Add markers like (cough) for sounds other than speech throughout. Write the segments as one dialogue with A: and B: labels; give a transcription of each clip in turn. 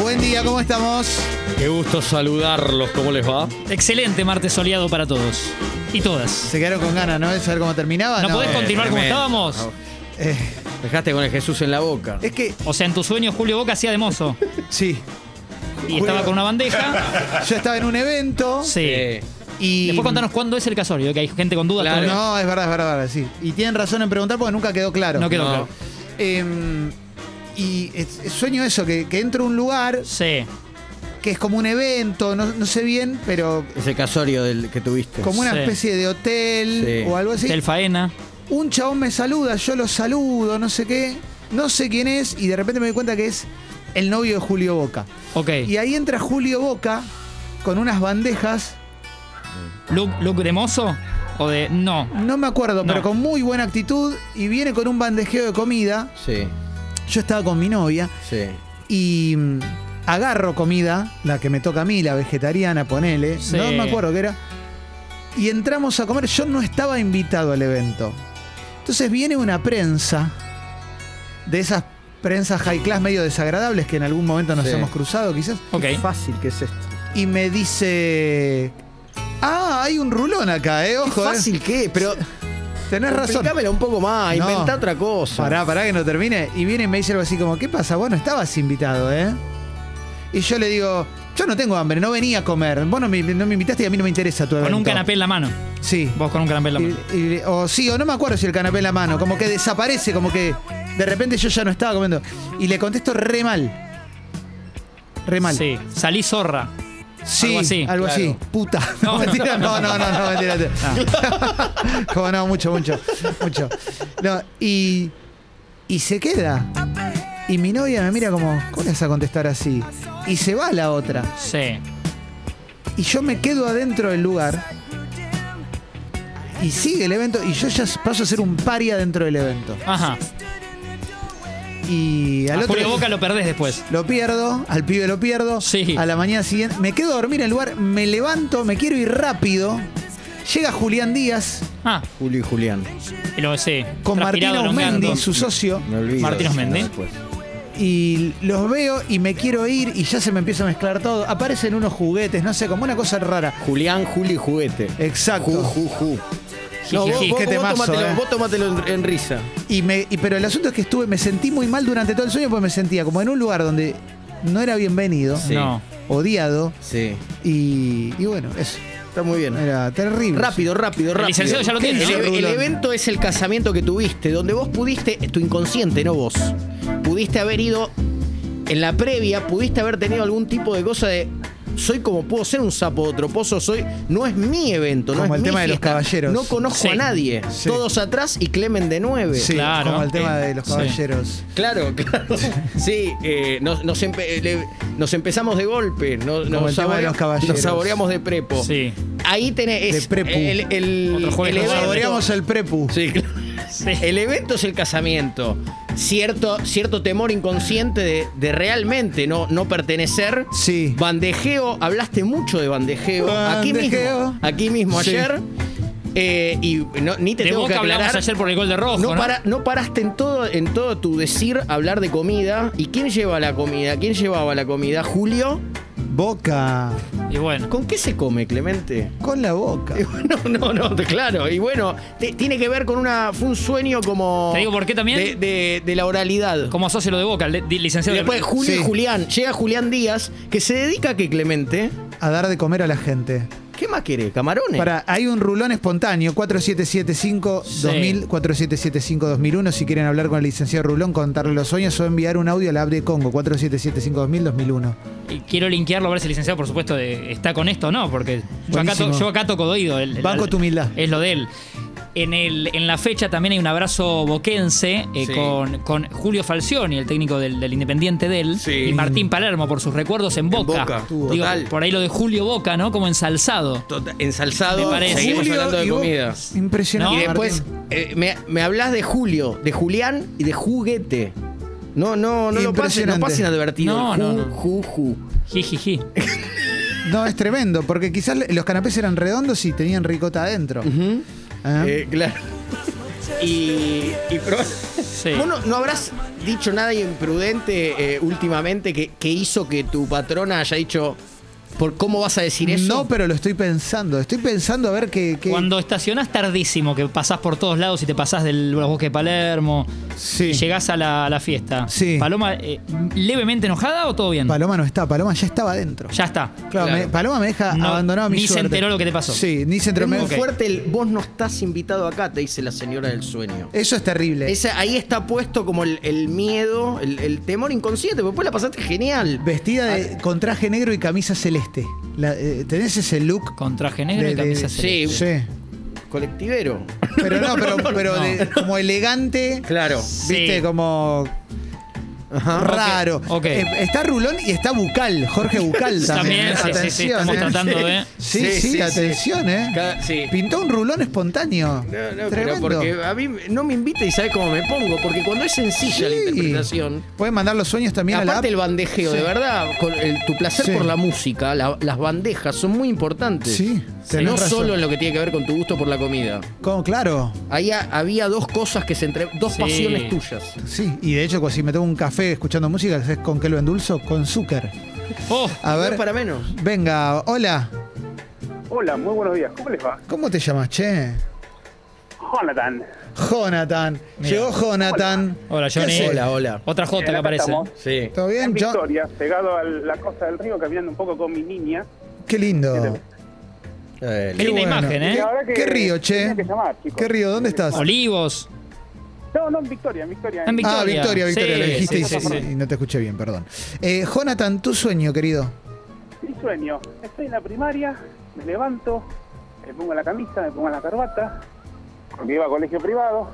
A: buen día, ¿cómo estamos?
B: Qué gusto saludarlos, ¿cómo les va?
C: Excelente martes soleado para todos y todas.
A: Se quedaron con ganas, ¿no? De saber cómo terminaba.
C: ¿No podés
A: Eh,
C: continuar como
B: tremendo.
C: estábamos?
A: eh,
B: Dejaste con el Jesús en la boca.
A: es que,
C: O sea, en tus sueños Julio Boca hacía de mozo
A: sí,
C: y estaba con una bandeja.
A: (laughs) yo estaba en un evento
C: Sí.
A: y...
C: Después contanos cuándo es el casorio, que hay gente con dudas.
B: Claro.
C: todavía.
A: No, es verdad, es verdad, es verdad, sí. Y tienen razón en preguntar porque nunca quedó claro.
C: No quedó
B: No.
C: claro.
A: Em, y es- sueño eso, que, que entro a un lugar
C: Sí.
A: que es como un evento, no, no sé bien, pero
D: Ese casorio del que tuviste.
A: como una
C: Sí.
A: especie de hotel
D: Sí.
A: o algo así.
C: Del faena.
A: un chabón me saluda, yo lo saludo, no sé qué, no sé quién es, y de repente me doy cuenta que es el novio de Julio Boca.
C: Ok.
A: Y ahí entra Julio Boca con unas bandejas,
C: Look, look de mozo o de. No.
A: no me acuerdo,
C: No.
A: pero con muy buena actitud, y viene con un bandejeo de comida.
D: Sí,
A: Yo estaba con mi novia
D: sí.
A: y mm, agarro comida, la que me toca a mí, la vegetariana, ponele,
C: Sí.
A: no me acuerdo qué era, y entramos a comer, yo no estaba invitado al evento. Entonces viene una prensa, de esas prensas high class medio desagradables que en algún momento nos
D: Sí.
A: hemos cruzado quizás,
C: Ok.
D: Qué fácil que es esto.
A: y me dice... Ah, hay un rulón acá, eh, ojo. eh.
D: fácil que es, pero
A: Tenés razón.
D: explicámela un poco más,
A: No.
D: inventá otra cosa.
A: Pará, pará que no termine. Y viene y me dice algo así como, ¿qué pasa? Vos no estabas invitado, ¿eh? Y yo le digo, yo no tengo hambre, no venía a comer. Vos no me, no me invitaste y a mí no me interesa tu
C: Con
A: evento.
C: un canapé en la mano.
A: Sí.
C: Vos con un canapé en la mano.
A: Y- y- o sí, o no me acuerdo si el canapé en la mano. Como que desaparece, como que de repente yo ya no estaba comiendo. Y le contesto re mal. Re mal.
C: Sí. Salí zorra.
A: Sí,
C: Algo así,
A: algo
D: claro.
A: así.
C: (laughs)
A: Puta. No,
C: No,
A: mentira, no, no, no, no, mentira.
C: Ah.
A: (laughs) Como no, mucho, mucho, mucho. No, y, y se queda. Y mi novia me mira como, ¿cómo le vas a contestar así? Y se va la otra.
C: Sí.
A: Y yo me quedo adentro del lugar. Y sigue el evento. Y yo ya paso a ser un paria dentro del evento.
C: Ajá.
A: Y al
C: A
A: otro
C: Ah, Julio Boca lo perdés después.
A: lo pierdo, al pibe lo pierdo,
C: Sí.
A: a la mañana siguiente me quedo a dormir en el lugar, me levanto, me quiero ir rápido. Llega Julián Díaz
C: Ah.
D: Julio y Julián.
C: Y lo sí.
A: con Martín
C: transpirado,
A: Aumendi,
C: elongando.
A: su socio,
D: Me olvido.
C: Martín
D: de eso
C: Osmendi.
D: después.
A: y los veo y me quiero ir y ya se me empieza a mezclar todo. Aparecen unos juguetes, no sé, como una cosa rara.
D: Julián, Juli y Juguete.
A: Exacto.
D: Ju, ju, ju. No,
C: Jiji,
D: vos, vos-
A: qué
D: vos
A: temazo,
D: tomátelo,
A: eh.
D: vos tomátelo en, en risa.
A: Y me, y- pero el asunto es que estuve, me sentí muy mal durante todo el sueño porque me sentía como en un lugar donde no era bienvenido,
D: Sí.
C: No.
A: odiado,
D: Sí.
A: y, y bueno, eso.
D: Está muy bien.
A: Era terrible.
D: Rápido, rápido, rápido.
C: licenciado ya lo tiene,
D: El,
C: ¿no?
D: el
A: Rulón.
D: evento es el casamiento que tuviste, donde vos pudiste, tu inconsciente, no vos, pudiste haber ido en la previa, pudiste haber tenido algún tipo de cosa de. Soy como puedo ser un sapo de otro pozo, soy. No es mi evento, no
A: Como
D: es
A: el
D: mi
A: tema de los
D: fiesta,
A: caballeros.
D: No conozco
C: Sí.
D: a nadie.
A: Sí.
D: Todos atrás y Clemen de nueve.
A: Sí,
C: Claro.
A: como el tema de los
C: Sí.
A: caballeros.
D: Claro, (laughs) claro. Sí, eh, nos, nos empe- le- nos empezamos de golpe. Nos,
A: Como
D: nos
A: el tema de
D: sabore-
A: los caballeros.
D: nos saboreamos de prepo.
C: Sí.
D: Ahí tenés. es
A: De prepu.
D: El, el-
C: Otro
D: el
C: jueves nos
D: evento.
A: Saboreamos el prepu.
D: Sí, (laughs) claro.
C: Sí.
D: El evento es el casamiento. Cierto, cierto temor inconsciente de, de realmente no, no pertenecer.
A: Sí.
D: Bandejeo, hablaste mucho de bandejeo. Aquí
A: Bandejeo.
D: mismo. Aquí mismo
A: Sí.
D: ayer. Eh, y no- ni te
C: de
D: tengo que
C: Boca hablamos
D: aclarar.
C: ayer por el gol de rojo.
D: no,
C: No,
D: para- no paraste en todo, en todo tu decir hablar de comida. ¿Y quién lleva la comida? ¿Quién llevaba la comida? ¿Julio?
A: Boca.
C: Y bueno.
D: ¿Con qué se come, Clemente?
A: Con la boca.
D: (laughs) Y bueno, no, no, claro. Y bueno, te- tiene que ver con una. Fue un sueño como.
C: Te digo por qué también.
D: De, de- de la oralidad.
C: Como socio de Boca, el de- di- licenciado.
D: Después Julio
A: Sí.
D: y Julián. Llega Julián Díaz, que se dedica a que Clemente.
A: A dar de comer a la gente.
D: ¿Qué más querés? ¿Camarones?
A: Para, hay un rulón espontáneo, 4775-2000,
C: Sí.
A: 4775-2001. Si quieren hablar con el licenciado Rulón, contarle los sueños o enviar un audio a la app de Congo, 4775-2000-2001.
C: Y Quiero linkearlo a ver si el licenciado, por supuesto, de- está con esto o no, porque yo acá, to-
A: Buenísimo.
C: yo acá toco de oído. el- eh, el-
A: Banco tu humildad.
C: Es lo de él. En, el, en la fecha también hay un abrazo boquense eh,
D: Sí.
C: con, con Julio Falcioni, el técnico del, del Independiente de él,
D: Sí.
C: y Martín Palermo por sus recuerdos en Boca.
D: Boca,
C: Digo,
D: total.
C: por ahí lo de Julio Boca, ¿no? Como ensalzado.
D: Total- ensalzado.
C: Me parece.
D: Seguimos
A: Julio
D: hablando de
A: y vos-
D: comida.
A: Impresionante.
C: No,
D: Y después
A: Martín.
D: eh, me, me hablas de Julio, de Julián y de juguete. No, no, no lo pasen, no
A: Impresionante.
D: pasen advertido.
C: No, no, no.
D: Ju, ju, ju. (laughs)
C: Jijiji.
A: No, es tremendo, porque quizás los canapés eran redondos y tenían ¿Ah? ricota adentro.
D: Ujú.
A: ¿Eh?
D: (laughs) Eh, claro. Y, y pro-
C: Sí.
D: ¿Vos no, no habrás dicho nada imprudente eh, últimamente que, que hizo que tu patrona haya dicho, ¿por cómo vas a decir eso?
A: No, pero lo estoy pensando. Estoy pensando a ver qué. qué-
C: Cuando estacionás tardísimo, que pasás por todos lados y te pasás del bosque de Palermo,
A: Sí.
C: y llegás a la, a la fiesta.
A: Sí.
C: ¿Paloma eh, levemente enojada o todo bien?
A: Paloma no está, Paloma ya estaba adentro.
C: Ya está.
A: Claro, me- Paloma me deja
C: No,
A: abandonado a mi
C: ni se
A: suerte.
C: enteró lo que te pasó.
A: Sí, ni se enteró.
D: es muy
A: Me-
D: fuerte el vos no estás invitado acá, te dice la señora del sueño.
A: Eso es terrible.
D: Esa- ahí está puesto como el, el miedo, el, el temor inconsciente, porque después la pasaste genial.
A: Vestida
C: Ah.
A: de, con traje negro y camisa celeste. La- eh, ¿Tenés ese look?
C: Con traje negro
A: De-
C: y
A: de-
C: camisa
A: sí.
C: celeste.
A: Sí.
D: Colectivero.
A: Pero no, pero, pero
C: (laughs) no.
A: de- como elegante,
D: Claro.
C: Sí. Ah,
A: viste, como raro.
C: ok.
A: Eh, está Rulón y está Bucal, Jorge Bucal también.
C: También, sí, sí, sí, estamos
A: eh.
C: tratando de-
A: Sí,
D: Sí,
A: sí,
D: sí, sí.
A: atención, ¿eh?
D: Cada- sí.
A: Pintó un Rulón espontáneo.
D: No, no, pero
A: Tremendo.
D: porque a mí no me invita y sabe cómo me pongo, porque cuando es sencilla la
A: Sí.
D: interpretación.
A: Pueden mandar los sueños también a la
D: Aparte
A: app.
D: el bandejeo,
A: Sí.
D: de verdad, con el- tu placer
A: Sí.
D: por la música, la- las bandejas son muy importantes.
A: Sí, tenés
D: no
A: razón.
D: solo en lo que tiene que ver con tu gusto por la comida.
A: Como, claro.
D: Ahí ha- había dos cosas que se entre dos
C: Sí.
D: pasiones tuyas.
A: Sí, y de hecho, cuando- si me tomo un café escuchando música, ¿sabés con qué lo endulzo? Con azúcar.
C: Oh,
A: A
D: No es
A: ver,
D: para menos.
A: venga, hola.
E: Hola, muy buenos días. ¿Cómo les va?
A: ¿Cómo te llamas, che?
E: Jonathan.
A: Jonathan. Llegó Jonathan.
C: hola Johnny.
A: ¿Qué hace?
D: Hola, hola.
C: Otra
E: Eh,
C: Jota
E: acá
C: que aparece.
E: estamos.
D: Sí.
A: ¿Todo
E: En
A: bien? Jo-
E: Victoria, pegado a la costa del río, caminando un poco con mi niña.
A: Qué lindo.
C: Qué linda
A: bueno.
C: imagen,
E: Y
C: ¿eh?
E: la verdad que
A: ¿Qué río, che?
E: tenía que llamar, chicos.
A: ¿Qué río? ¿Dónde estás?
C: Olivos.
E: No, no, en Victoria, en Victoria.
C: En Vic-
A: Ah, Victoria,
C: Victoria.
A: Victoria,
C: Sí,
A: lo dijiste
C: sí,
A: y-
C: sí, sí.
A: y no te escuché bien, perdón. Eh, Jonathan, tu sueño, querido.
E: Mi sueño. Estoy en la primaria, me levanto, me pongo la camisa, me pongo la corbata, porque iba a colegio privado.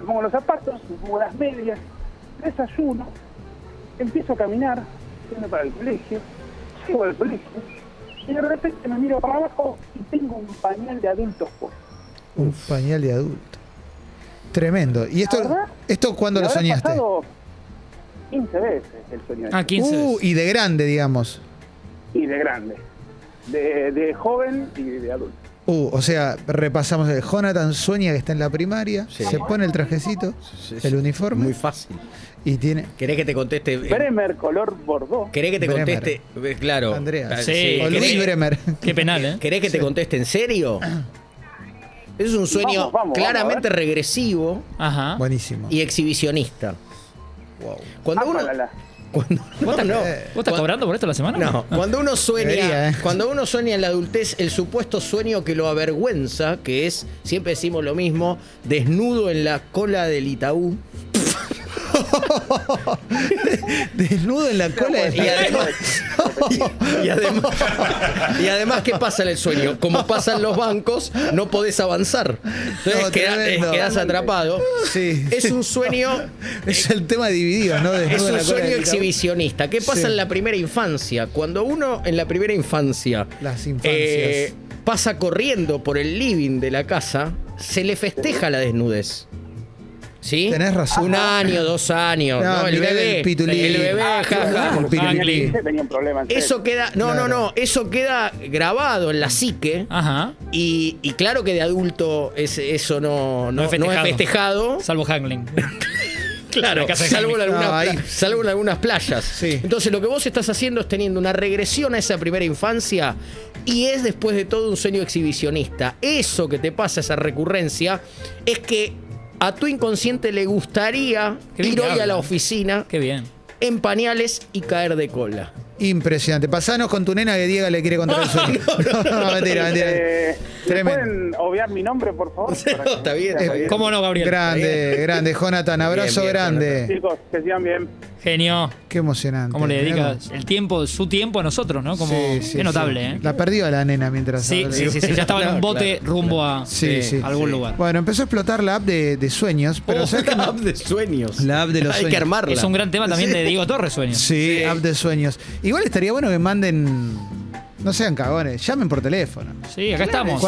E: Me pongo los zapatos, me pongo las medias, desayuno, empiezo a caminar, yendo para el colegio, llego al colegio, y de repente me miro para abajo y tengo un pañal de adultos puesto.
A: Un pañal de adulto. Tremendo. ¿Y esto,
E: verdad,
A: esto cuándo
E: Me
A: lo
E: habrá
A: soñaste?
E: pasado 15 veces el sueño.
C: Ah, 15.
A: Uh, y de grande, digamos.
E: Y de grande. De, de joven y de adulto.
A: Uh, o sea, repasamos. eh, Jonathan sueña que está en la primaria,
D: Sí.
A: se pone el trajecito,
D: Sí, sí.
A: el uniforme
D: Muy fácil.
A: y tiene...
D: ¿Querés que te conteste? eh,
E: Bremer color bordó.
D: ¿Querés que te
A: Bremer.
D: conteste? eh, Claro.
A: Andrea.
D: Ah,
C: Sí.
A: O Luis
D: ¿Querés-
A: Bremer. Ah.
C: Qué penal, ¿eh?
D: ¿Querés que te conteste en serio? Es un sueño
E: Vamos, vamos,
D: claramente
E: vamos,
D: regresivo
C: ¿eh? Ajá.
A: (laughs) Buenísimo.
D: y exhibicionista. Cuando uno,
E: Apalala.
A: (laughs)
D: cuando,
C: ¿Vos, estás,
D: no, no.
C: vos estás cobrando por esto la semana?
D: No, cuando uno sueña,
A: Debería, ¿eh?
D: cuando uno sueña en la adultez, el supuesto sueño que lo avergüenza, que es, siempre decimos lo mismo, desnudo en la cola del Itaú.
A: Desnudo en la cola de
D: Y además, (laughs) y además, y además, ¿qué pasa en el sueño? Como pasan los bancos, no podés avanzar. Entonces
A: No,
D: queda-
A: tremendo.
D: quedás atrapado.
A: Sí.
D: Es un sueño.
A: Es el tema dividido, ¿no? Desnudo
D: Es
A: en
D: un
A: la cola
D: sueño
A: del Itaú.
D: exhibicionista. ¿Qué pasa
A: Sí.
D: en la primera infancia? Cuando uno en la primera infancia
A: Las infancias.
D: eh, pasa corriendo por el living de la casa, se le festeja la desnudez. ¿Sí?
A: Tenés razón.
D: Un año, dos años.
A: No,
D: No, el
A: el bebé
D: bebé.
A: del pitulín.
D: El bebé,
A: Ah,
D: ja, ja.
A: claro.
C: Por Franklin.
E: Ese tenía un problema. en serio.
D: Eso queda. No, no, no. Eso queda grabado en la psique.
C: Ajá.
D: Y, y claro que de adulto es- eso no, no- no
C: No
D: es
C: es
D: festejado.
C: Salvo Hangling.
D: Claro,
C: La casa de
D: salvo en,
C: Jaime.
D: algunas
A: No, ahí.
D: pla- salvo en algunas playas.
A: Sí.
D: Entonces lo que vos estás haciendo es teniendo una regresión a esa primera infancia y es después de todo un sueño exhibicionista. Eso que te pasa, esa recurrencia, es que a tu inconsciente le gustaría
C: Qué bien
D: ir
C: que
D: hoy a la
C: hablan.
D: oficina
C: Qué bien.
D: en pañales y caer de cola.
A: Impresionante. Pasanos con tu nena que Diego le quiere contar el sueño. No, mentira, mentira.
E: Eh, ¿me
A: Tremendo.
E: ¿Pueden obviar mi nombre,
D: (laughs)
E: por favor? Para que-
D: Está bien.
E: para que-
C: ¿Cómo no, Gabriel?
A: Grande, grande, Jonathan. Abrazo
D: bien,
A: grande.
E: Chicos, que sigan bien.
C: Genio.
A: Qué emocionante.
C: Cómo le
A: Mirá
C: dedicas el tiempo, su tiempo a nosotros, ¿no? Como,
A: Sí, sí,
C: qué notable,
A: sí.
C: ¿eh?
A: La perdió a la nena mientras.
C: Sí,
A: hablaba.
C: sí, sí, sí, Ya estaba en un bote rumbo a eh,
A: Sí, sí.
C: algún lugar.
A: Bueno, empezó a explotar la app de, de sueños,
C: Oh,
A: pero ¿sabes
C: (laughs)
A: qué?
D: (laughs) la app de sueños.
A: La app de los
D: Hay que
A: sueños.
D: armarla.
C: Es un gran tema también de Diego Torres, sueño.
A: Sí, app de sueños. Igual estaría bueno que manden No sean cagones, llamen por teléfono.
C: Sí, acá estamos.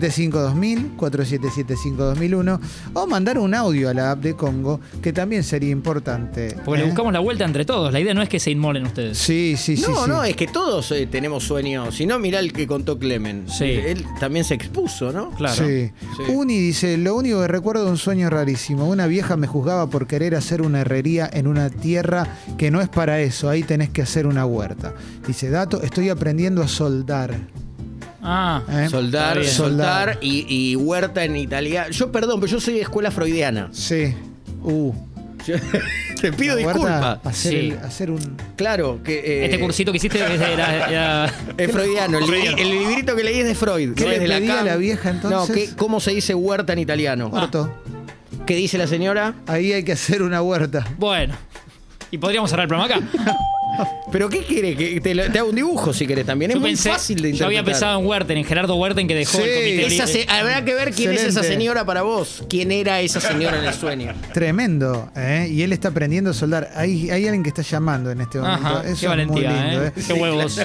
A: 4775-2000, 4775-2001 o mandar un audio a la app de Congo, que también sería importante.
C: Porque
A: ¿eh?
C: le buscamos la vuelta entre todos. La idea no es que se inmolen ustedes.
A: Sí, sí, sí.
D: No,
A: sí.
D: no, es que todos eh, tenemos sueños. Si no, mirá el que contó Clemen.
C: Sí.
D: Él también se expuso, ¿no?
C: Claro.
A: Sí.
D: Sí.
A: Uni dice, lo único que recuerdo es un sueño rarísimo. Una vieja me juzgaba por querer hacer una herrería en una tierra que no es para eso. Ahí tenés que hacer una huerta. Dice, dato, estoy aprendiendo a soldar.
C: Ah,
A: ¿eh?
D: Soldar,
C: Está bien.
D: soldar y, y huerta en Italia. Yo, perdón, pero yo soy de escuela freudiana.
A: Sí. Uh.
D: Yo- te pido
A: la huerta,
D: disculpas.
A: Hacer,
C: Sí.
A: el- hacer un...
D: Claro, que. eh,
C: este cursito que hiciste era. era-
D: Es freudiano. El, li- el librito que leí es de Freud.
A: ¿Qué
D: no
A: le
D: es de
A: pedía
D: Lacan.
A: la vieja, entonces?
D: No, ¿qué- ¿cómo se dice huerta en italiano?
A: Huerto.
D: ¿Qué dice la señora?
A: Ahí hay que hacer una huerta.
C: Bueno. Y podríamos cerrar el programa acá.
D: ¿Pero qué quiere? Que te, lo- te hago un dibujo si querés también. Es
C: Yo
D: muy
C: pensé-
D: fácil de
C: Yo
D: interpretar. Eh,
C: había pensado en Werten, en Gerardo Werten que dejó
A: Sí.
C: el comité.
D: Esa
C: libre.
D: se- habrá que ver quién es esa
A: Excelente.
D: señora para vos. ¿Quién era esa señora en el sueño?
A: Tremendo, ¿eh? Y él está aprendiendo a soldar. Hay, hay alguien que está llamando en este momento.
C: Ajá,
A: Eso
C: qué
A: es muy
C: valentía,
A: lindo,
C: ¿eh?
A: ¿eh?
C: Qué huevos.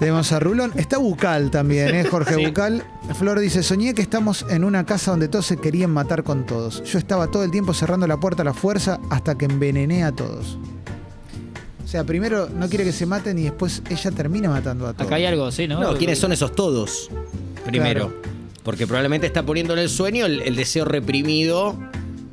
A: Tenemos a Rulón. Está Bucal también, ¿eh? Jorge
C: Sí.
A: Bucal. Flor dice, soñé que estamos en una casa donde todos se querían matar con todos. Yo estaba todo el tiempo cerrando la puerta a la fuerza hasta que envenené a todos. O sea, primero no quiere que se maten y después ella termina matando a todos.
C: Acá hay algo, sí, ¿no?
D: No, ¿quiénes son esos todos? Primero. Porque probablemente está poniendo en el sueño el, el deseo reprimido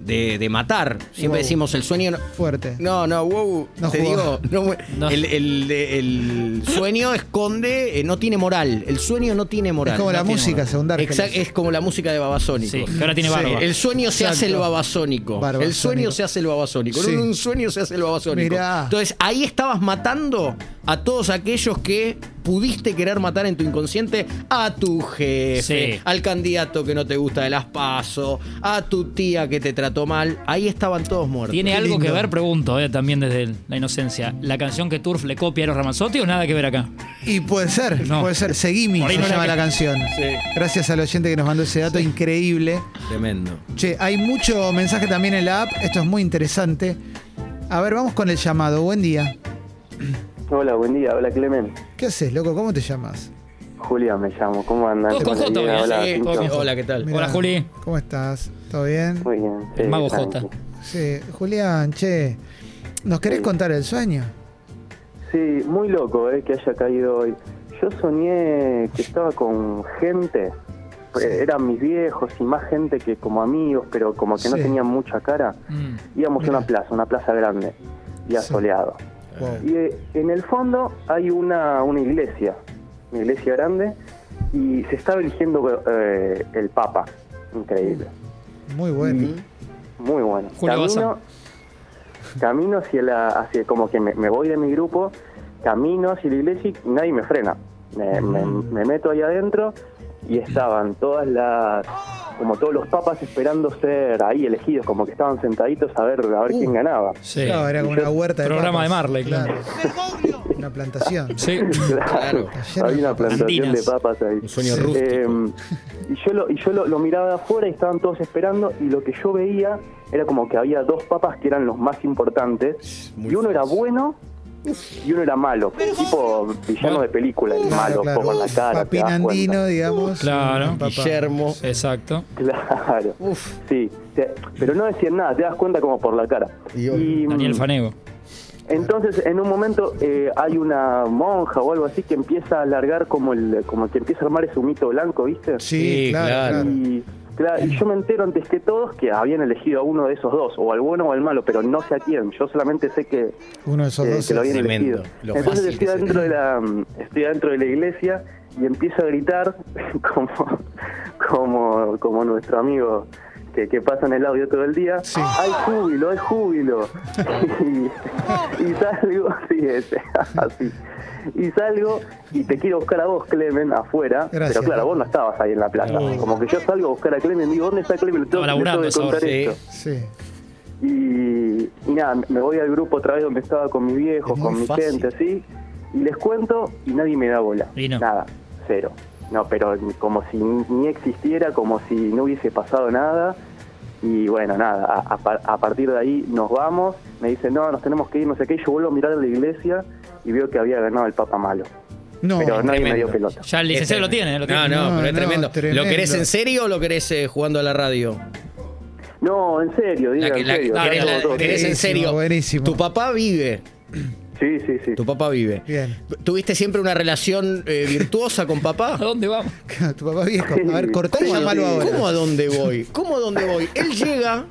D: de, de matar. Siempre
A: Wow.
D: decimos el sueño. no-
A: Fuerte.
D: No, no, wow.
A: No
D: te
A: jugó.
D: digo, no,
C: No.
D: El, el- el sueño esconde, eh, no tiene moral. El sueño no tiene moral.
A: es como la
D: No tiene
A: música,
D: moral.
A: secundaria.
D: Exact- es como la música de Babasónico.
C: Sí, que ahora tiene
A: Sí,
C: barba.
D: El sueño se
A: Exacto.
D: hace el babasónico.
A: Barbasónico.
D: El sueño se hace el babasónico.
A: Sí.
D: En un sueño se hace el babasónico.
A: Mirá.
D: Entonces ahí estabas matando a todos aquellos que pudiste querer matar en tu inconsciente a tu jefe,
C: Sí.
D: al candidato que no te gusta de las PASO, a tu tía que te trató mal. Ahí estaban todos muertos.
C: ¿Tiene
A: Qué
C: algo que
A: lindo.
C: ver, pregunto, eh, también desde el- la inocencia? ¿La canción que Turf le copia a Eros Ramazzotti o nada que ver acá?
A: Y puede ser,
C: No.
A: puede ser. Seguimi
C: Por
A: se
C: ahí no
A: llama
C: era
A: la
C: que-
A: canción.
D: Sí.
A: Gracias al oyente que nos mandó ese dato increíble.
D: Tremendo.
A: Che, hay mucho mensaje también en la app. Esto es muy interesante. A ver, vamos con el llamado. Buen día.
F: Hola, buen día. Hola, Clemen.
A: ¿Qué haces, loco? ¿Cómo te llamas?
F: Julia me llamo. ¿Cómo andan?
C: Todos con J,
F: Hola,
C: obvio, sí,
F: Tincho.
C: todos con J.
D: Eh, Hola, ¿qué tal?
A: Mirá,
C: Hola, Juli.
A: ¿Cómo estás? ¿Todo bien?
F: Muy bien. Eh,
C: El mago
F: tranqui.
C: J.
A: Sí, Julián, che. ¿Nos querés
F: Sí.
A: contar el sueño?
F: Sí, muy loco eh, que haya caído hoy. Yo soñé que estaba con gente. Eh, Eran mis viejos y más gente que como amigos, pero como que no
A: Sí.
F: tenían mucha cara.
C: Mm.
F: Íbamos a
A: Mirá.
F: una plaza, una plaza grande y
A: Sí.
F: asoleado.
A: Wow.
F: Y eh, en el fondo hay una, una iglesia, una iglesia grande, y se estaba eligiendo eh, el Papa. Increíble.
A: Muy bueno.
F: Muy bueno.
C: Julio
F: camino, camino hacia la, hacia como que me, me voy de mi grupo, camino hacia la iglesia y nadie me frena. Me, me- me meto ahí adentro y estaban todas las, como todos los papas esperando ser ahí elegidos, como que estaban sentaditos a ver, a ver
A: Uh.
F: quién ganaba.
C: Sí.
A: Claro, era como una huerta de
C: Programa
A: papas.
C: de Marley, claro.
A: Una plantación.
C: Sí.
D: Claro.
A: Ayer
F: Había una
A: nos-
F: plantación
C: Andinas.
F: de papas ahí.
D: Un sueño
A: Sí.
D: rústico.
F: Eh, y yo, lo, y yo lo, lo miraba de afuera y estaban todos esperando y lo que yo veía era como que había dos papas que eran los más importantes
D: Muy
F: y uno era
D: falso.
F: bueno y uno era malo, tipo villano de película, el malo,
A: claro.
F: con la cara. te
A: Papín
F: das cuenta.
A: andino, digamos.
C: Claro.
A: Una papa.
D: Guillermo.
C: Exacto.
F: Claro,
D: Uf.
F: sí, te- pero no decían nada, te das cuenta como por la cara.
D: Y obvio.
F: Y,
C: Daniel
F: mm,
C: Fanego.
F: Entonces, en un momento eh, hay una monja o algo así que empieza a alargar como el, como que empieza a armar ese humito blanco, ¿viste?
A: Sí,
D: Sí,
A: claro.
D: claro.
A: claro.
F: Y, claro, y yo me entero antes que todos que habían elegido a uno de esos dos, o al bueno o al malo, pero no sé a quién. Yo solamente sé que,
A: Uno de
F: que-
A: esos dos.
F: Eh, que lo habían
D: Tremendo,
F: elegido.
D: lo
F: Entonces
D: fácil
F: estoy
D: que
F: adentro, de la, estoy adentro de la iglesia y empiezo a gritar (laughs) como, como, como nuestro amigo que, que pasa en el audio todo el día.
A: Sí.
F: ¡Hay júbilo,
A: (laughs)
F: hay júbilo! y, y salgo, (laughs) sí, ese, así. Y salgo y te quiero buscar a vos, Clemen, afuera.
A: Gracias.
F: Pero claro, vos no estabas ahí en la plaza.
A: No.
F: Como que yo salgo a buscar a Clemen, digo, ¿dónde está Clemen? Le tengo,
C: Estaba
F: le tengo
C: laburando
F: que
C: esa
F: contar
C: hora, sí.
F: esto.
A: Sí.
F: Y, y nada, me voy al grupo otra vez donde estaba con mis viejos,
D: Es
F: con
D: muy
F: mi
D: fácil.
F: gente, así. Y les cuento y nadie me da bola.
C: Y no.
F: Nada, cero. No, pero ni- como si ni ni existiera, como si no hubiese pasado nada. Y bueno, nada, a, a par- a partir de ahí nos vamos. Me dicen, no, nos tenemos que ir, no sé qué. Yo vuelvo a mirar a la iglesia y veo que había ganado el Papa Malo.
A: No,
F: pero nadie me dio
B: tremendo.
F: pelota.
C: Ya el licenciado lo tiene, lo tiene.
B: No, no,
A: No,
B: pero es
A: no,
B: tremendo.
A: tremendo.
B: ¿Lo querés en serio o lo querés eh, jugando a la radio?
F: No, en serio, diga,
B: La que-
F: en
B: la-
F: serio.
C: Ah,
B: la-
F: Yo
B: la-
F: tengo todo.
B: la-
D: Eres en
A: Buenísimo,
D: serio.
A: buenísimo.
D: Tu papá vive.
F: Sí, sí, sí.
D: Tu papá vive.
A: Bien.
D: ¿Tuviste siempre una relación eh, virtuosa con
A: (laughs)
C: ¿A
D: papá?
C: dónde vamos?
A: tu papá viejo. A ver, cortá y
F: ¿Cómo?
A: llamalo ahora.
D: ¿Cómo a dónde voy? ¿Cómo a dónde voy? Él llega,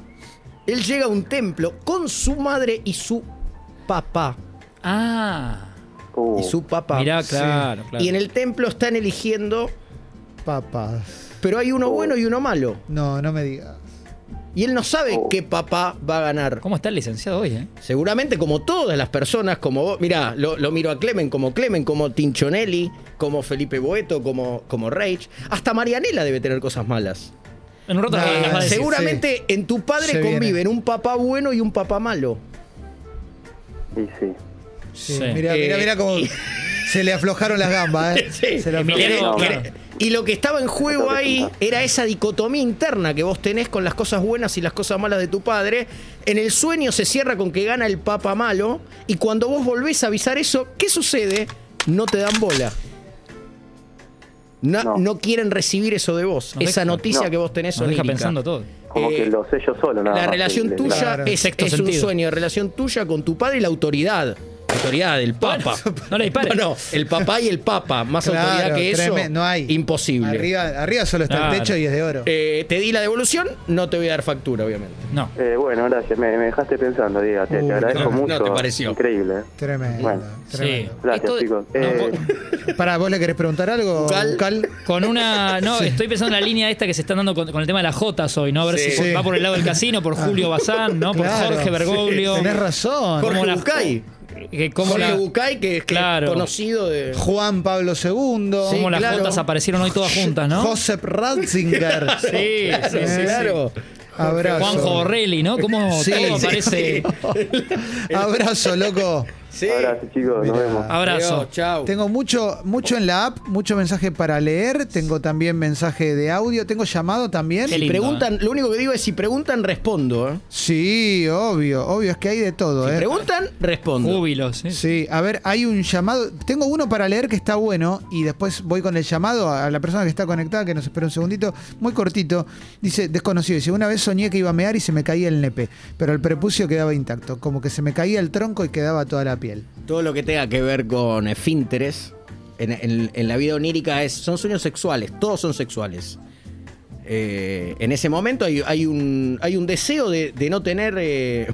D: él llega a un templo con su madre y su papá.
C: Ah,
F: Uh,
D: Y su papá.
C: mirá, claro, claro.
D: Y en el templo están eligiendo,
A: Papas.
D: pero hay uno bueno y uno malo.
A: No, no me digas.
D: Y él no sabe qué papá va a ganar.
C: ¿Cómo está el licenciado hoy, eh?
D: Seguramente como todas las personas, como vos, mirá, lo, lo miro a Clemen, como Clemen, como Tinchonelli, como Felipe Boeto, como, como Rage, hasta Marianela debe tener cosas malas.
C: En un rato
A: No,
C: las- las va a decir.
A: seguro.
D: Seguramente en tu padre
A: Se viene.
D: conviven un papá bueno y un papá malo.
F: y sí.
A: Sí,
C: Sí.
A: Mirá, mirá,
D: Eh,
A: mirá cómo se le aflojaron las gambas, ¿eh?
D: (laughs) Sí.
A: Se le
C: Emiliano,
A: aflojaron.
C: claro.
D: Cre- Y lo que estaba en juego ahí era esa dicotomía interna que vos tenés con las cosas buenas y las cosas malas de tu padre. En el sueño se cierra con que gana el papa malo y cuando vos volvés a avisar eso, ¿qué sucede? No te dan bola. No,
F: No.
D: no quieren recibir eso de vos,
C: Nos
D: esa
C: deja-
D: noticia
F: No.
D: que vos tenés
C: Nos deja
D: onírica.
C: pensando todo.
F: Como
D: Eh,
F: que lo sé yo solo, nada
D: La
F: más.
D: relación
F: Le- le-
D: tuya
A: Claro.
D: es,
C: Sexto
D: es un
C: sentido.
D: sueño, relación tuya con tu padre y la autoridad. Autoridad del Papa.
C: (laughs) no le dispares.
D: No, no, el papá y el Papa. Más
A: Claro,
D: autoridad que eso.
A: tremendo, no hay.
D: Imposible.
A: Arriba, arriba solo está el
C: Claro.
A: techo y es de oro.
D: Eh, te di la devolución, no te voy a dar factura, obviamente.
C: No.
F: Eh, bueno, gracias. Me, me dejaste pensando, Diego. Te, te
A: Uy,
F: agradezco
A: no, no
F: mucho.
D: te pareció.
F: Increíble. eh.
A: Tremendo.
F: Bueno.
A: tremendo.
F: Gracias,
C: Esto-
F: chicos.
C: no,
F: Eh,
C: po-
A: Pará, ¿vos le querés preguntar algo?
D: Bucal.
A: Bucal?
C: Con una. (laughs) No, estoy pensando en la línea esta que se están dando con, con el tema de las Jotas hoy, ¿no? A ver
D: Sí.
C: si por-
A: Sí. Ah.
C: va por el lado del casino, por Julio Bazán, ¿no?
A: Claro,
C: por Jorge Bergoglio.
A: sí, Tenés razón.
D: Jorge
C: ¿Cómo la-
D: Bucay.
C: Que cómo
D: Jorge
C: la-
D: Bucay, que, que
C: Claro.
D: es conocido de.
A: Juan Pablo II.
D: Sí,
C: cómo las
D: claro.
C: Jotas aparecieron hoy todas juntas, ¿no?
A: Joseph Ratzinger.
C: sí, sí, sí, sí.
D: claro.
A: Abrazo.
C: Juanjo Borrelli, ¿no? Cómo
A: Sí,
C: todo
A: sí,
C: aparece.
A: Abrazo, loco.
D: Sí.
F: (laughs) Abrazo, chicos. Nos
A: Mirá.
F: vemos.
C: Abrazo.
D: Chao.
A: Tengo mucho, mucho en la app, mucho mensaje para leer. Tengo también mensaje de audio. Tengo llamado también.
C: Qué lindo, ¿eh?
D: Preguntan, lo único que digo es si preguntan, respondo. ¿eh?
A: Sí, obvio, obvio, es que hay de todo,
D: Si
A: ¿eh?
D: preguntan, respondo.
C: Júbilos. sí.
A: Sí, a ver, hay un llamado. Tengo uno para leer que está bueno y después voy con el llamado a la persona que está conectada, que nos espera un segundito, muy cortito. Dice, desconocido, dice, una vez soñé que iba a mear y se me caía el nepe, pero el prepucio quedaba intacto, como que se me caía el tronco y quedaba toda la piel.
D: Todo lo que tenga que ver con esfínteres en, en- en la vida onírica es, son sueños sexuales, todos son sexuales. Eh, en ese momento hay, hay un, hay un deseo de, de no tener, eh,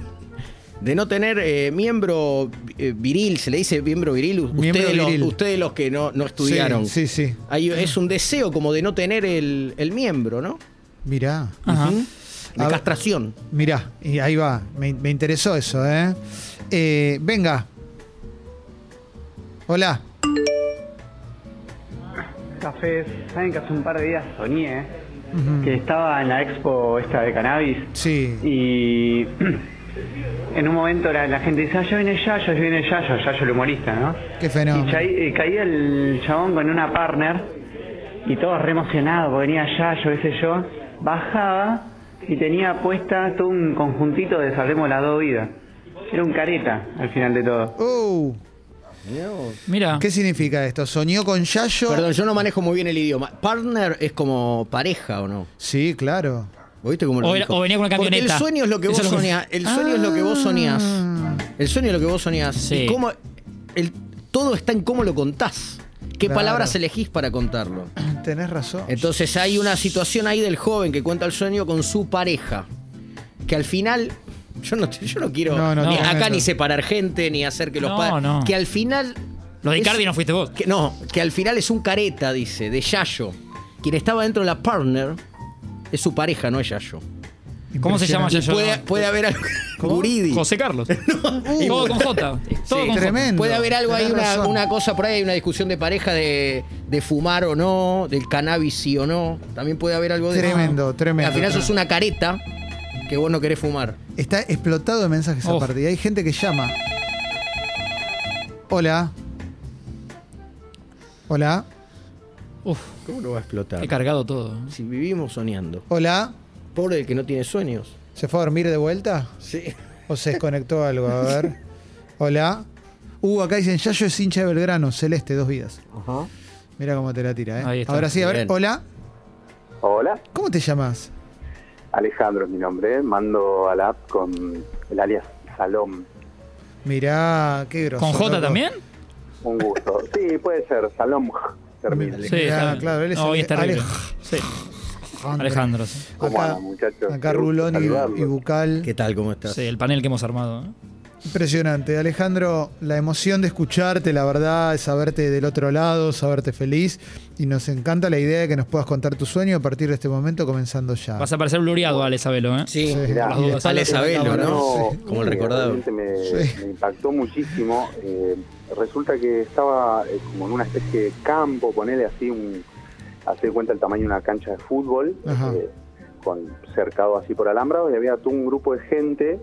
D: de no tener eh, miembro eh, viril, se le dice miembro viril, ustedes,
A: Miembro
D: los,
A: viril.
D: ustedes los que no, no estudiaron.
A: Sí, sí, sí.
D: Hay- es un deseo como de no tener el, el miembro, ¿no?
A: Mirá,
C: Ajá.
D: De
A: A ver.
D: castración.
A: mirá, y ahí va, me, me interesó eso, ¿eh? Eh, Venga. Hola.
G: cafés, saben que hace un par de días soñé eh, que estaba en la expo esta de cannabis
A: Sí.
G: y (clears throat) en un momento la, la gente dice, ah, ya viene Yayo, ya viene Yayo, Yayo el humorista, ¿no?
A: Qué
G: Y
A: fenómeno.
G: chai- eh, caía el chabón con una partner y todo re emocionado porque venía Yayo, qué sé yo, bajaba y tenía puesta todo un conjuntito de Salvemos las dos vidas. Era un careta al final de todo.
A: Uh,
C: Mira.
A: ¿Qué significa esto? ¿Soñó con Yayo?
D: Perdón, yo no manejo muy bien el idioma. Partner es como pareja o no.
A: Sí, claro.
D: ¿Viste cómo lo
C: O era-
D: dijo?
C: o venía con una
D: Porque
C: camioneta.
D: el sueño es lo que vos
C: Eso es lo que- Ah.
D: soñás. El sueño es lo que vos soñás. El sueño es lo que vos soñás.
C: Sí.
D: Y cómo- el- todo está en cómo lo contás. ¿Qué
A: Claro.
D: palabras elegís para contarlo?
A: Tenés razón.
C: Eh,
D: Entonces hay una situación ahí del joven que cuenta el sueño con su pareja. Que al final. Yo no, te- yo no quiero
A: No, no,
D: ni-
A: no,
D: acá
A: no.
D: ni separar gente, ni hacer que los
C: No,
D: padres.
C: no.
D: Que al final.
C: Lo de
D: es-
C: Icardi no fuiste vos.
D: que, no, que al final es un careta, dice, de Yayo. Quien estaba dentro de la partner es su pareja, no es Yayo.
C: ¿Cómo se llama
D: Y
C: Yayo?
D: puede,
A: eh,
D: puede haber algo. Guridi.
C: José Carlos.
A: Uh,
C: todo con J. Todo
D: Sí.
C: con J.
A: Tremendo.
D: Puede haber algo ahí,
A: Tenés
D: una,
A: razón.
D: una cosa por ahí, hay una discusión de pareja de, de fumar o no, del cannabis sí o no. También puede haber algo de.
A: Tremendo, tremendo.
D: Al final sos una careta que vos no querés fumar.
A: Está explotado de mensajes
C: Oh.
A: aparte. Y hay gente que llama. Hola. Hola.
C: Uf,
D: ¿Cómo no va a explotar?
C: he cargado todo.
D: Si vivimos soñando.
A: Hola.
D: Pobre el que no tiene sueños.
A: ¿Se fue a dormir de vuelta?
D: Sí.
A: ¿O se desconectó algo? A ver. Hola. Uh, acá dicen, Yayo es hincha de Belgrano, celeste, dos vidas. Mira cómo te la tira, ¿eh?
C: Ahí está.
A: Ahora sí, a ver,
D: Bien.
A: hola,
F: Hola,
A: ¿cómo te llamas?
F: Alejandro es mi nombre. Mando a la app con el alias Salom.
A: Mirá, qué groso.
C: ¿Con J
A: loco.
C: también?
A: (laughs)
F: Un gusto. Sí, puede ser. Salom termina.
A: Sí,
C: está
A: claro,
C: bien.
A: Ah, claro, él es
C: No,
A: Ale-
C: hoy es terrible. Sí,
A: Alejandro.
C: Alejandro. sí.
F: ¿Cómo
A: Acá,
F: andan, muchachos?
A: acá
F: Qué gusto
A: Rulón y,
F: saludarlos.
A: y Bucal.
D: ¿Qué tal? ¿Cómo estás?
C: Sí, el panel que hemos armado. ¿eh? ¿no?
A: Impresionante, Alejandro, la emoción de escucharte, la verdad, es saberte del otro lado, saberte feliz. Y nos encanta la idea de que nos puedas contar tu sueño a partir de este momento, comenzando ya.
C: Vas a parecer blureado, Ale Sabelo, ¿eh?
D: Sí,
A: Ah. Sí.
F: Mirá,
C: Las dudas.
D: sale Sabelo, ¿no?
F: No,
D: Como el
F: sí,
D: recordado.
F: realmente Me,
A: Sí.
F: me impactó muchísimo. Eh, resulta que estaba eh, como en una especie de campo, ponele así, un, hacer cuenta el tamaño de una cancha de fútbol,
A: Ajá.
F: eh, con cercado así por alambrado, y había todo un grupo de gente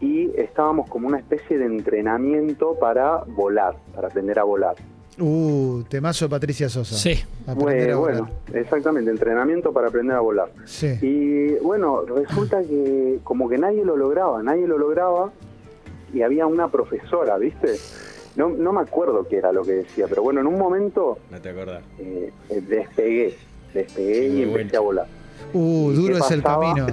F: y estábamos como una especie de entrenamiento para volar, para aprender a volar.
A: Uh, temazo de Patricia Sosa.
C: Sí.
A: Aprender a
F: Bueno,
A: volar.
F: bueno, exactamente, entrenamiento para aprender a volar.
A: Sí.
F: Y bueno, resulta que como que nadie lo lograba, nadie lo lograba y había una profesora, ¿viste? No, no me acuerdo qué era lo que decía, pero bueno, en un momento
D: No te acordás.
F: eh, eh, despegué,
D: Sí,
F: despegué y
D: muy bueno.
F: empecé a volar.
A: Uh,
F: ¿Y
A: duro
F: qué
A: es el
F: pasaba?
A: camino.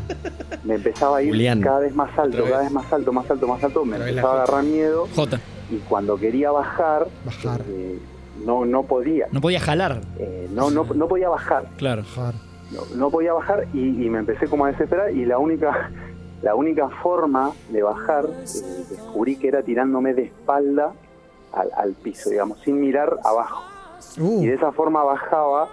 F: Me empezaba a ir
D: Julián.
F: cada vez más alto,
D: Otra vez.
F: cada vez más alto, más alto, más alto, me
D: Otra vez la
F: empezaba a
D: foto.
F: agarrar miedo
C: J.
F: y cuando quería bajar,
A: Bajar.
F: eh, no, no podía,
C: No podía jalar.
F: eh, no, no, no podía bajar.
C: Claro.
A: Bajar.
F: no, no podía bajar y, y me empecé como a desesperar y la única la única forma de bajar eh, descubrí que era tirándome de espalda al, al piso digamos sin mirar abajo
A: Uh,
F: y de esa forma bajaba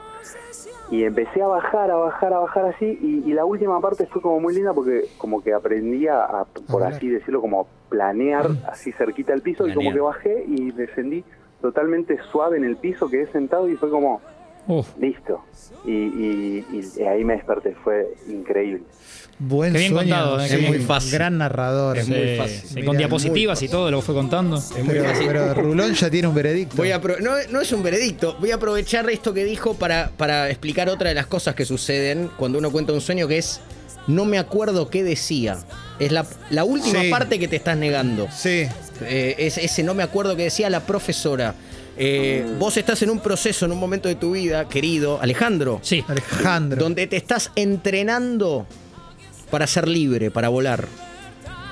F: y empecé a bajar a bajar a bajar así y, y la última parte fue como muy linda porque como que aprendí a, a, por
A: volar.
F: así decirlo como planear así cerquita al piso y como
D: Planear.
F: que bajé y descendí totalmente suave en el piso quedé sentado y fue como
C: Uf.
F: Listo. Y, y- y ahí me desperté, fue increíble.
A: buen
C: Qué bien
A: sueño.
C: contado, eh, qué
D: bien. Muy fácil.
A: Gran narrador.
D: Es muy fácil.
C: Sí,
A: Mirá,
C: con diapositivas y todo, lo fue contando.
D: Es muy
A: Pero,
D: fácil.
A: pero Rulón ya tiene un veredicto.
D: Voy a apro- no, no es un veredicto, voy a aprovechar esto que dijo para, para explicar otra de las cosas que suceden cuando uno cuenta un sueño que es no me acuerdo qué decía. Es la, la última
A: Sí.
D: parte que te estás negando.
A: Sí,
D: Eh, es ese no me acuerdo que decía la profesora. Eh, Vos estás en un proceso, en un momento de tu vida, querido Alejandro,
C: Sí.
A: Alejandro.
D: donde te estás entrenando para ser libre, para volar.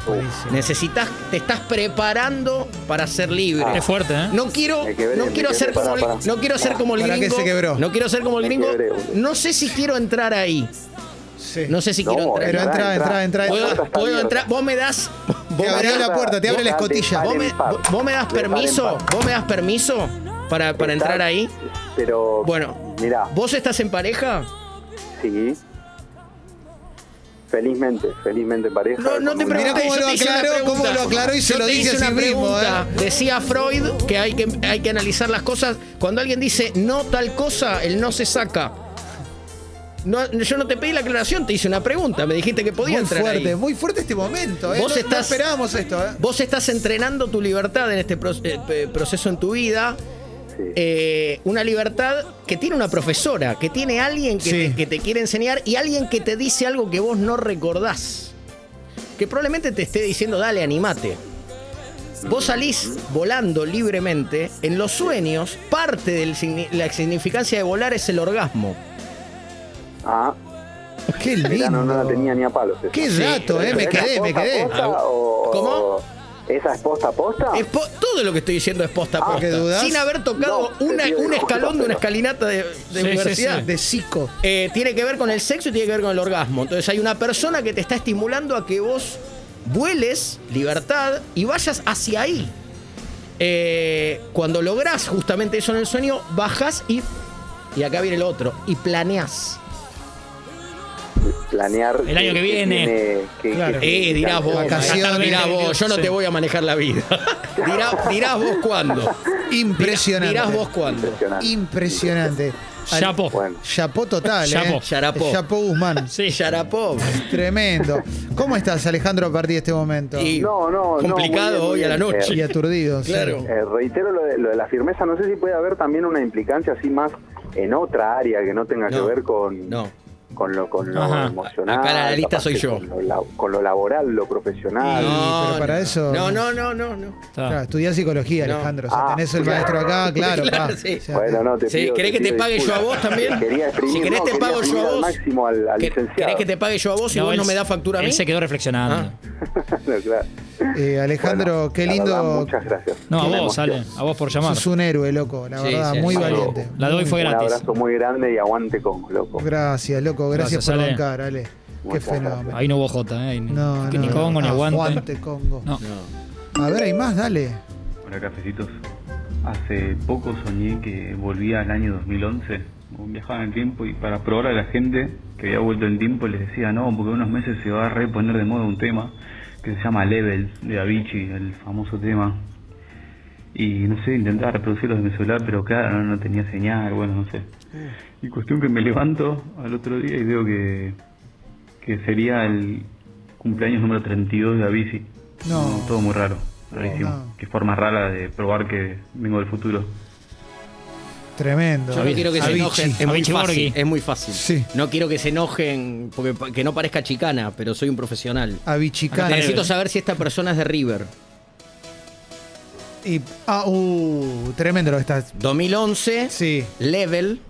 A: Buenísimo.
D: Necesitas, te estás preparando para ser libre.
C: Es fuerte, ¿eh?
D: Ah. No quiero,
F: Me quebré,
D: no
F: me
D: quiero
F: quebré,
D: ser como
F: pará,
D: el,
F: pará.
D: no quiero ser como el
A: ¿Para qué
D: gringo.
A: se quebró?
D: No quiero ser como el
F: Me
D: gringo.
F: quebré, boludo.
D: No sé si quiero entrar ahí.
A: Sí.
D: No sé si
F: No,
D: quiero
A: Pero
D: entrar. ahí.
A: entra, entra, entra. entra.
F: Puedo-
D: ¿Puedo,
F: está
D: puedo
F: abierta.
D: entrar. Vos me das
A: Te
D: vos,
A: abrió
F: abrí
A: la puerta, te abre la
F: Está de
A: escotilla.
F: par
D: vos
F: en
D: me,
F: par.
D: vos- vos me das
F: De par en
D: permiso,
F: par.
D: vos me das permiso para, para
F: Está-
D: entrar ahí.
F: Pero.
D: Bueno,
F: Mirá,
D: ¿Vos estás en pareja?
F: sí. Felizmente, felizmente en pareja.
D: No, no
F: con
D: te
F: una-
A: preocupes.
D: pregunté,
A: cómo
D: yo
A: lo
D: te hice una
A: aclaró,
D: pregunta.
A: cómo lo aclaró y se
D: Yo
A: lo
D: te
A: dice
D: hice
A: a sí
D: una
A: mismo,
D: pregunta.
A: ¿eh?
D: Decía Freud que hay, que hay que analizar las cosas. Cuando alguien dice no tal cosa, el no se saca. No, yo no te pedí la aclaración, te hice una pregunta. Me dijiste que podía
A: Muy
D: entrar
A: fuerte,
D: ahí.
A: muy fuerte este momento. ¿eh?
D: Vos
A: No- no
D: estás-
A: esperábamos esto. ¿eh?
D: Vos estás entrenando tu libertad en este pro- eh, eh, proceso en tu vida.
F: Sí.
D: Eh, una libertad que tiene una profesora, que tiene alguien
A: Sí.
D: que, te, que te quiere enseñar y alguien que te dice algo que vos no recordás. Que probablemente te esté diciendo, dale, animate. Vos salís volando libremente. En los sueños, parte de la significancia de volar es el orgasmo.
F: Ah,
A: Qué
F: mirá,
A: lindo.
F: no, no la tenía ni a palos. esa.
A: Qué dato, eh, me
F: ¿Esa es
A: quedé, me
F: posta a
A: quedé.
F: posta o-
D: ¿Cómo?
F: ¿Esa es posta a posta?
D: Es po- todo lo que estoy diciendo es posta a
A: Ah, ¿qué
D: posta.
A: dudás?
D: Sin haber tocado
F: No,
D: una-
F: te pido
D: un
F: disculpas,
D: escalón de una
F: pero-
D: escalinata de, de
C: sí,
D: universidad.
C: sí.
A: De psico.
D: Eh, tiene que ver con el sexo y tiene que ver con el orgasmo. Entonces hay una persona que te está estimulando a que vos vueles, libertad, y vayas hacia ahí. Eh, cuando lográs justamente eso en el sueño, bajas y. Y acá viene el otro. Y planeas.
F: Planear.
C: El año que viene.
F: tiene- que-
A: Claro.
F: que-
D: Eh, dirás vos,
A: Vacaciones.
D: dirás vos, yo no
C: Sí.
D: te voy a manejar la (laughs) vida. Dirás, dirás vos cuándo.
A: Impresionante.
D: Dirás vos cuándo.
F: Impresionante.
A: Impresionante. Al-
C: Chapo.
F: Bueno.
A: Chapó total,
C: Chapo.
A: ¿eh?
D: Yarapó.
A: Chapo (laughs) Guzmán.
C: Sí.
D: Yarapov.
A: Tremendo. ¿Cómo estás, Alejandro, a partir de este momento?
D: Y
F: No, no, no,
D: complicado
F: muy
D: hoy
F: bien,
D: a la
F: muy bien.
D: noche.
A: Y aturdido. sí.
D: Claro.
F: Eh, reitero lo de, lo de la firmeza, no sé si puede haber también una implicancia así más en otra área que no tenga
D: No,
F: que ver con,
D: no.
F: con lo, con lo
C: Ajá.
F: emocional.
D: Acá la analista
F: capaz
D: soy
F: que
D: yo.
F: Con lo, la- con lo laboral, lo profesional.
A: No, pero para eso-
D: No, no, no, no. no.
C: Está.
A: Ah. Claro, estudiá psicología,
D: No.
A: Alejandro. O sea,
F: Ah,
A: tenés el
F: claro.
A: maestro acá, claro.
D: Claro,
A: pa.
D: sí.
A: O sea,
F: Bueno, no, te
D: Sí,
F: pido-
D: ¿querés que
F: pido
D: te pague yo a vos
F: disculpas.
D: también?
F: Quería
D: Si
F: exprimir,
D: querés
F: no,
D: te
F: quería
D: pago yo
F: exprimir
D: a
F: al
D: vos.
F: máximo al, al
D: ¿Quer-
F: licenciado.
D: ¿Querés que te pague yo a vos y
C: No,
D: vos
C: él
D: no me
C: se-
D: das factura a mí?
C: Él se quedó reflexionando.
D: Ah.
F: (laughs) No, claro.
A: eh, Alejandro,
F: Bueno,
A: qué
F: la
A: lindo.
F: verdad, muchas gracias.
C: No, a
F: Una
C: vos,
F: emoción.
C: Ale. A vos por llamar.
A: Sos un héroe, loco. La
D: Sí,
A: verdad,
D: sí,
A: muy
D: sí.
A: valiente.
C: La doy fue
F: Un
C: gratis.
F: abrazo muy grande y aguante con loco.
A: Gracias, loco. Gracias,
C: Gracias,
A: por
C: Ale.
A: bancar, Ale. Qué
F: Muchas
A: fenómeno.
C: Ahí no hubo Jota, ¿eh? Ahí
A: No,
C: ni
A: no,
C: ni Congo, ni
A: no,
C: aguante.
A: aguante, Congo.
C: No.
A: A ver, hay más, dale.
H: Hola cafecitos. Hace poco soñé que volvía al año 2011. Viajaba en el tiempo y para probar a la gente que había vuelto en tiempo les decía no, porque en unos meses se va a reponer de moda un tema que se llama Level de Avicii, el famoso tema. Y no sé, intentaba reproducirlo desde mi celular, pero claro, no, no tenía señal, bueno, no sé. Y cuestión que me levanto al otro día y veo que, que sería el cumpleaños número 32 de Avicii.
A: No.
H: todo muy raro, rarísimo.
A: No.
H: Qué forma rara de probar que vengo del futuro.
A: Tremendo.
D: Yo no quiero que se
A: Avicii.
D: enojen. Es muy
C: Avicii
D: fácil.
C: Borghi.
D: Es muy fácil.
A: Sí.
D: No quiero que se enojen, porque pa- que no parezca chicana, pero soy un profesional.
A: Avichicana.
D: Necesito saber si esta persona es de River.
A: Y, ah, uh, tremendo lo que estás.
D: 2011,
A: Sí,
D: level.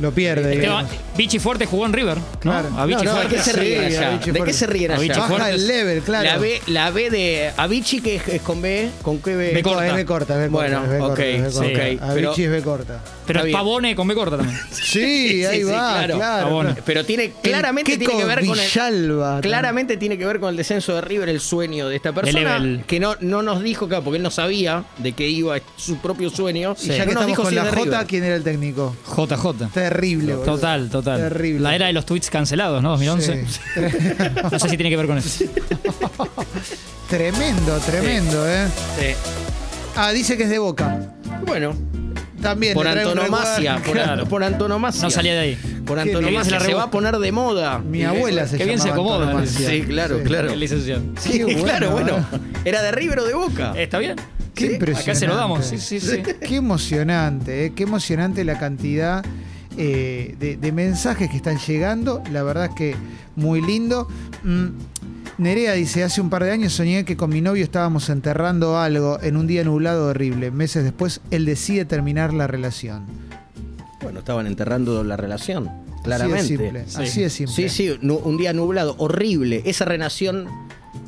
A: lo pierde.
D: Este
C: Esteban,
A: digamos.
C: Vichy Fuerte jugó en River, ¿no?
A: Claro.
C: A Vichy
D: No, no, ¿de
C: Fuerte.
D: qué se
A: Sí,
D: ríen allá?
A: Avicii
D: ¿De
A: Fuerte.
D: qué se ríen
C: Avicii
D: allá?
C: Fuerte.
A: Baja el level, claro.
D: La B, la B de Avicii que es, es con B, con qué B.
A: B corta, es B corta, B corta.
D: Bueno,
A: es B corta,
D: ok,
A: es B corta.
D: sí, ok, pero-
A: Avicii es B corta.
D: Está
C: Pero es
D: bien.
C: Pavone con B corta (laughs) también.
A: Sí, ahí
D: sí,
A: va,
D: claro.
A: claro.
C: Pavone.
D: Pero tiene claramente
A: El
D: tiene que
A: Keco
D: ver con el,
A: Villalba.
D: claramente tiene que ver con el descenso de River el sueño de esta persona
C: level.
D: que no, no nos dijo claro, porque él no sabía de qué iba su propio sueño
A: Y ya que
D: no
A: estamos
D: nos dijo
A: con
D: si
A: la
D: es de
A: J,
D: River.
A: ¿quién era el técnico?
C: JJ.
A: Terrible, boludo.
C: Total, total.
A: Terrible.
C: La era de los tweets cancelados, ¿no? 2011.
A: Sí. (laughs)
C: (laughs) No sé si tiene que ver con (laughs) eso.
A: Tremendo, tremendo, ¿eh?
D: Sí.
A: Ah, dice que es de Boca.
D: bueno
A: También.
D: por
A: le trae un
D: antonomasia
A: recuerdo.
D: por,
C: Claro.
D: por antonomasia
C: No salía de ahí.
D: por
A: bien,
C: se
D: antonomasia
C: la
D: se
C: rebusca.
D: va a poner de moda
A: (laughs) Mi
D: (laughs)
A: abuela se
C: qué bien se
A: llamaba
C: acomoda.
A: antonomasia.
D: sí claro claro
C: El licenciado.
D: sí
A: Qué
D: claro
A: bueno,
D: bueno era de River o de Boca
C: Eh, ¿Está bien?
A: Qué impresionante.
C: Acá se lo damos. Sí, sí, sí.
A: Qué emocionante, ¿eh? qué emocionante la cantidad eh, de, de mensajes que están llegando. La verdad es que muy lindo. Mm, Nerea dice, hace un par de años soñé que con mi novio estábamos enterrando algo en un día nublado horrible. Meses después, él decide terminar la relación.
D: bueno estaban enterrando la relación
A: Así de
D: claramente
A: simple. Así de simple.
D: sí sí nu- un día nublado horrible esa renación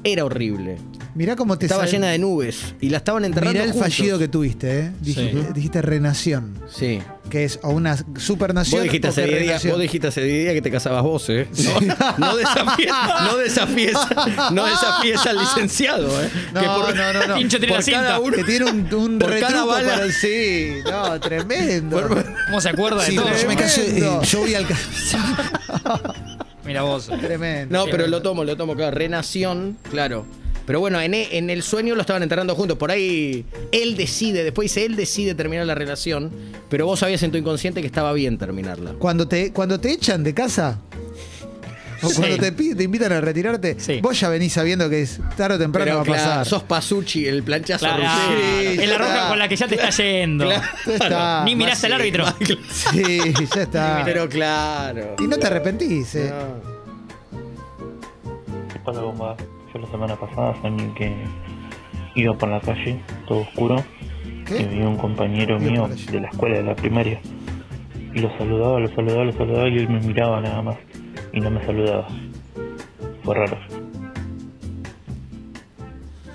D: era horrible
A: Mirá cómo te
D: estaba
A: sal-
D: llena de nubes y la estaban enterrando
A: Mirá el
D: juntos.
A: fallido que tuviste, ¿eh? Dijiste,
C: Sí.
A: dijiste renación,
D: Sí.
A: que es o una supernación
D: Vos dijiste,
A: o que
D: hace 10 días,
A: renació.
D: vos dijiste hace 10 días que te casabas vos, ¿eh? No, no desafíes, no desafíes, no desafíes al licenciado, ¿eh?
A: No, no, no, no.
C: Pincho tiene
D: por
C: la cinta.
D: cada uno-
A: Que tiene un, un
D: Por cada
A: retruco
D: bala.
A: para- Sí, no, tremendo.
C: ¿Cómo se acuerda de
A: Sí,
C: todo?
A: pero yo me caso, eh, yo
D: voy al
C: Mira vos.
A: (laughs) Tremendo.
D: No, pero lo tomo, lo tomo, claro. Renación, claro. Pero bueno, en, e- en el sueño lo estaban enterrando juntos. Por ahí él decide, después dice, él decide terminar la relación, pero vos sabías en tu inconsciente que estaba bien terminarla.
A: Cuando te, cuando te echan de casa. O
C: Sí.
A: cuando te, pi- te invitan a retirarte,
C: Sí.
A: vos ya venís sabiendo que es tarde o temprano
D: Pero
A: va a
D: claro,
A: pasar.
D: sos Pasucci, el planchazo
C: Claro.
D: Ruggeri.
C: Es la roja con la que ya te está yendo.
A: Ya está.
C: Ni mirás al árbitro.
A: Sí, ya está.
D: (laughs) Pero claro.
A: y no te arrepentís, eh.
H: Hola bomba, yo la semana pasada soñé que iba por la calle, todo oscuro,
A: ¿Qué?
H: y vi un compañero
A: Iba
H: mío
A: por la calle.
H: de la escuela, de la primaria, y lo saludaba, lo saludaba, lo saludaba, y él me miraba nada más, y no me saludaba. Fue raro.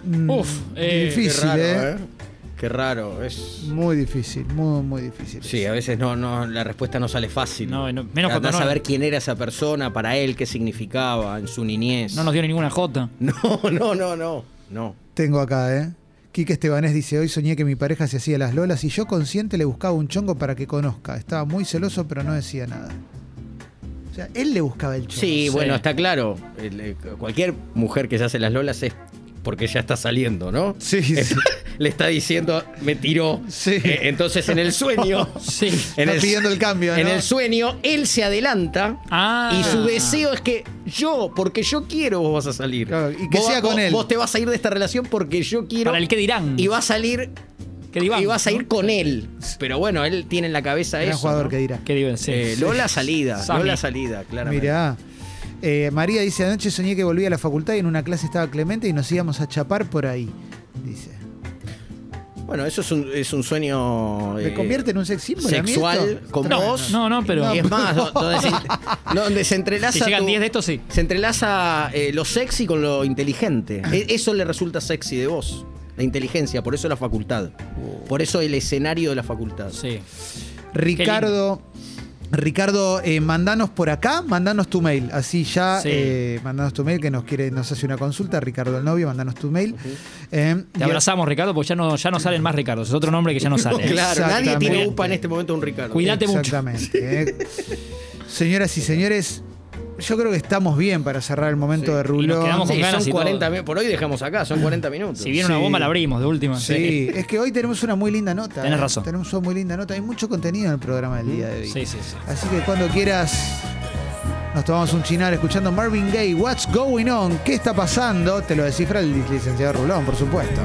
A: Mm,
C: Uf, eh,
A: difícil,
D: Qué raro,
A: eh.
D: ¿eh? Qué raro. Es...
A: Muy difícil, muy, muy difícil.
D: Sí, a veces no, no, la respuesta no sale fácil.
C: No, no, menos cuando
D: Andás
C: no-
D: a ver quién era esa persona, para él, qué significaba en su niñez.
C: No nos dio ninguna J.
D: (laughs) no, no, no, no. no.
A: Tengo acá, ¿eh? Quique Estebanés dice, hoy soñé que mi pareja se hacía las lolas y yo consciente le buscaba un chongo para que conozca. Estaba muy celoso pero no decía nada. O sea, él le buscaba el chongo.
D: Sí,
C: Sí.
D: bueno, está claro. El, eh, Cualquier mujer que se hace las lolas es porque ya está saliendo, ¿no?
A: Sí, sí.
D: Es- (laughs) Le está diciendo, me tiró.
A: Sí.
D: Eh, entonces, en el sueño.
C: (laughs) Sí.
D: en
A: Está pidiendo el cambio,
D: En
A: ¿no?
D: el sueño, él se adelanta.
C: Ah.
D: Y su deseo es que yo, porque yo quiero, vos vas a salir.
A: Claro, y que
D: Vos-
A: sea con
D: vos-
A: él.
D: Vos te vas a ir de esta relación porque yo quiero.
C: Para el que dirán.
D: Y va a salir
C: Qué diván.
D: Y vas a ir con él. Pero bueno, él tiene en la cabeza
A: Gran
D: eso.
A: jugador
D: ¿no?
A: que dirá.
C: Qué diván, sí.
D: Eh,
C: Sí.
D: Lola salida,
C: Sammy.
D: Lola salida, claramente.
A: Mirá. Eh, María dice, anoche soñé que volví a la facultad y en una clase estaba Clemente y nos íbamos a chapar por ahí. Dice.
D: Bueno, eso es un, es un sueño.
A: ¿Me
D: eh,
A: convierte en un sex symbol a mí
D: sexual
A: esto?
D: con
A: No,
D: vos.
C: no, no, pero-
D: Y es más, do- donde se,
A: (laughs)
D: donde se entrelaza.
C: Si llegan
D: tu-
C: 10 de estos, sí.
D: Se entrelaza eh, lo sexy con lo inteligente. E- Eso le resulta sexy de vos. La inteligencia, por eso la facultad. Por eso el escenario de la facultad.
C: Sí.
A: Ricardo, Ricardo, eh, mandanos por acá, mandanos tu mail. Así ya,
C: Sí.
A: eh, mandanos tu mail que nos quiere, nos hace una consulta. Ricardo el novio, mandanos tu mail. Eh, y-
C: Te abrazamos, Ricardo, porque ya no, ya no salen más Ricardos. Es otro nombre que ya no sale.
D: (laughs) (laughs) Claro, nadie tiene
A: Exactamente.
D: upa en este momento un Ricardo.
C: Cuidate mucho.
A: Exactamente. eh. Señoras y señores, yo creo que estamos bien para cerrar el momento de
C: nos
A: Rulón.
C: quedamos con
D: Sí,
C: ganas
D: son
C: y todo.
D: 40 mi- Por hoy dejamos acá, son 40 minutos.
C: Si viene una bomba, la abrimos de última.
A: Sí, es que hoy tenemos una muy linda nota.
C: Tenés
A: eh.
C: razón.
A: Tenemos una muy linda nota. Hay mucho contenido en el programa del día de hoy.
C: Sí, sí, sí.
A: Así que cuando quieras, nos tomamos un chinar escuchando Marvin Gaye, What's Going On, ¿qué está pasando? Te lo descifra el licenciado Rulón, por supuesto.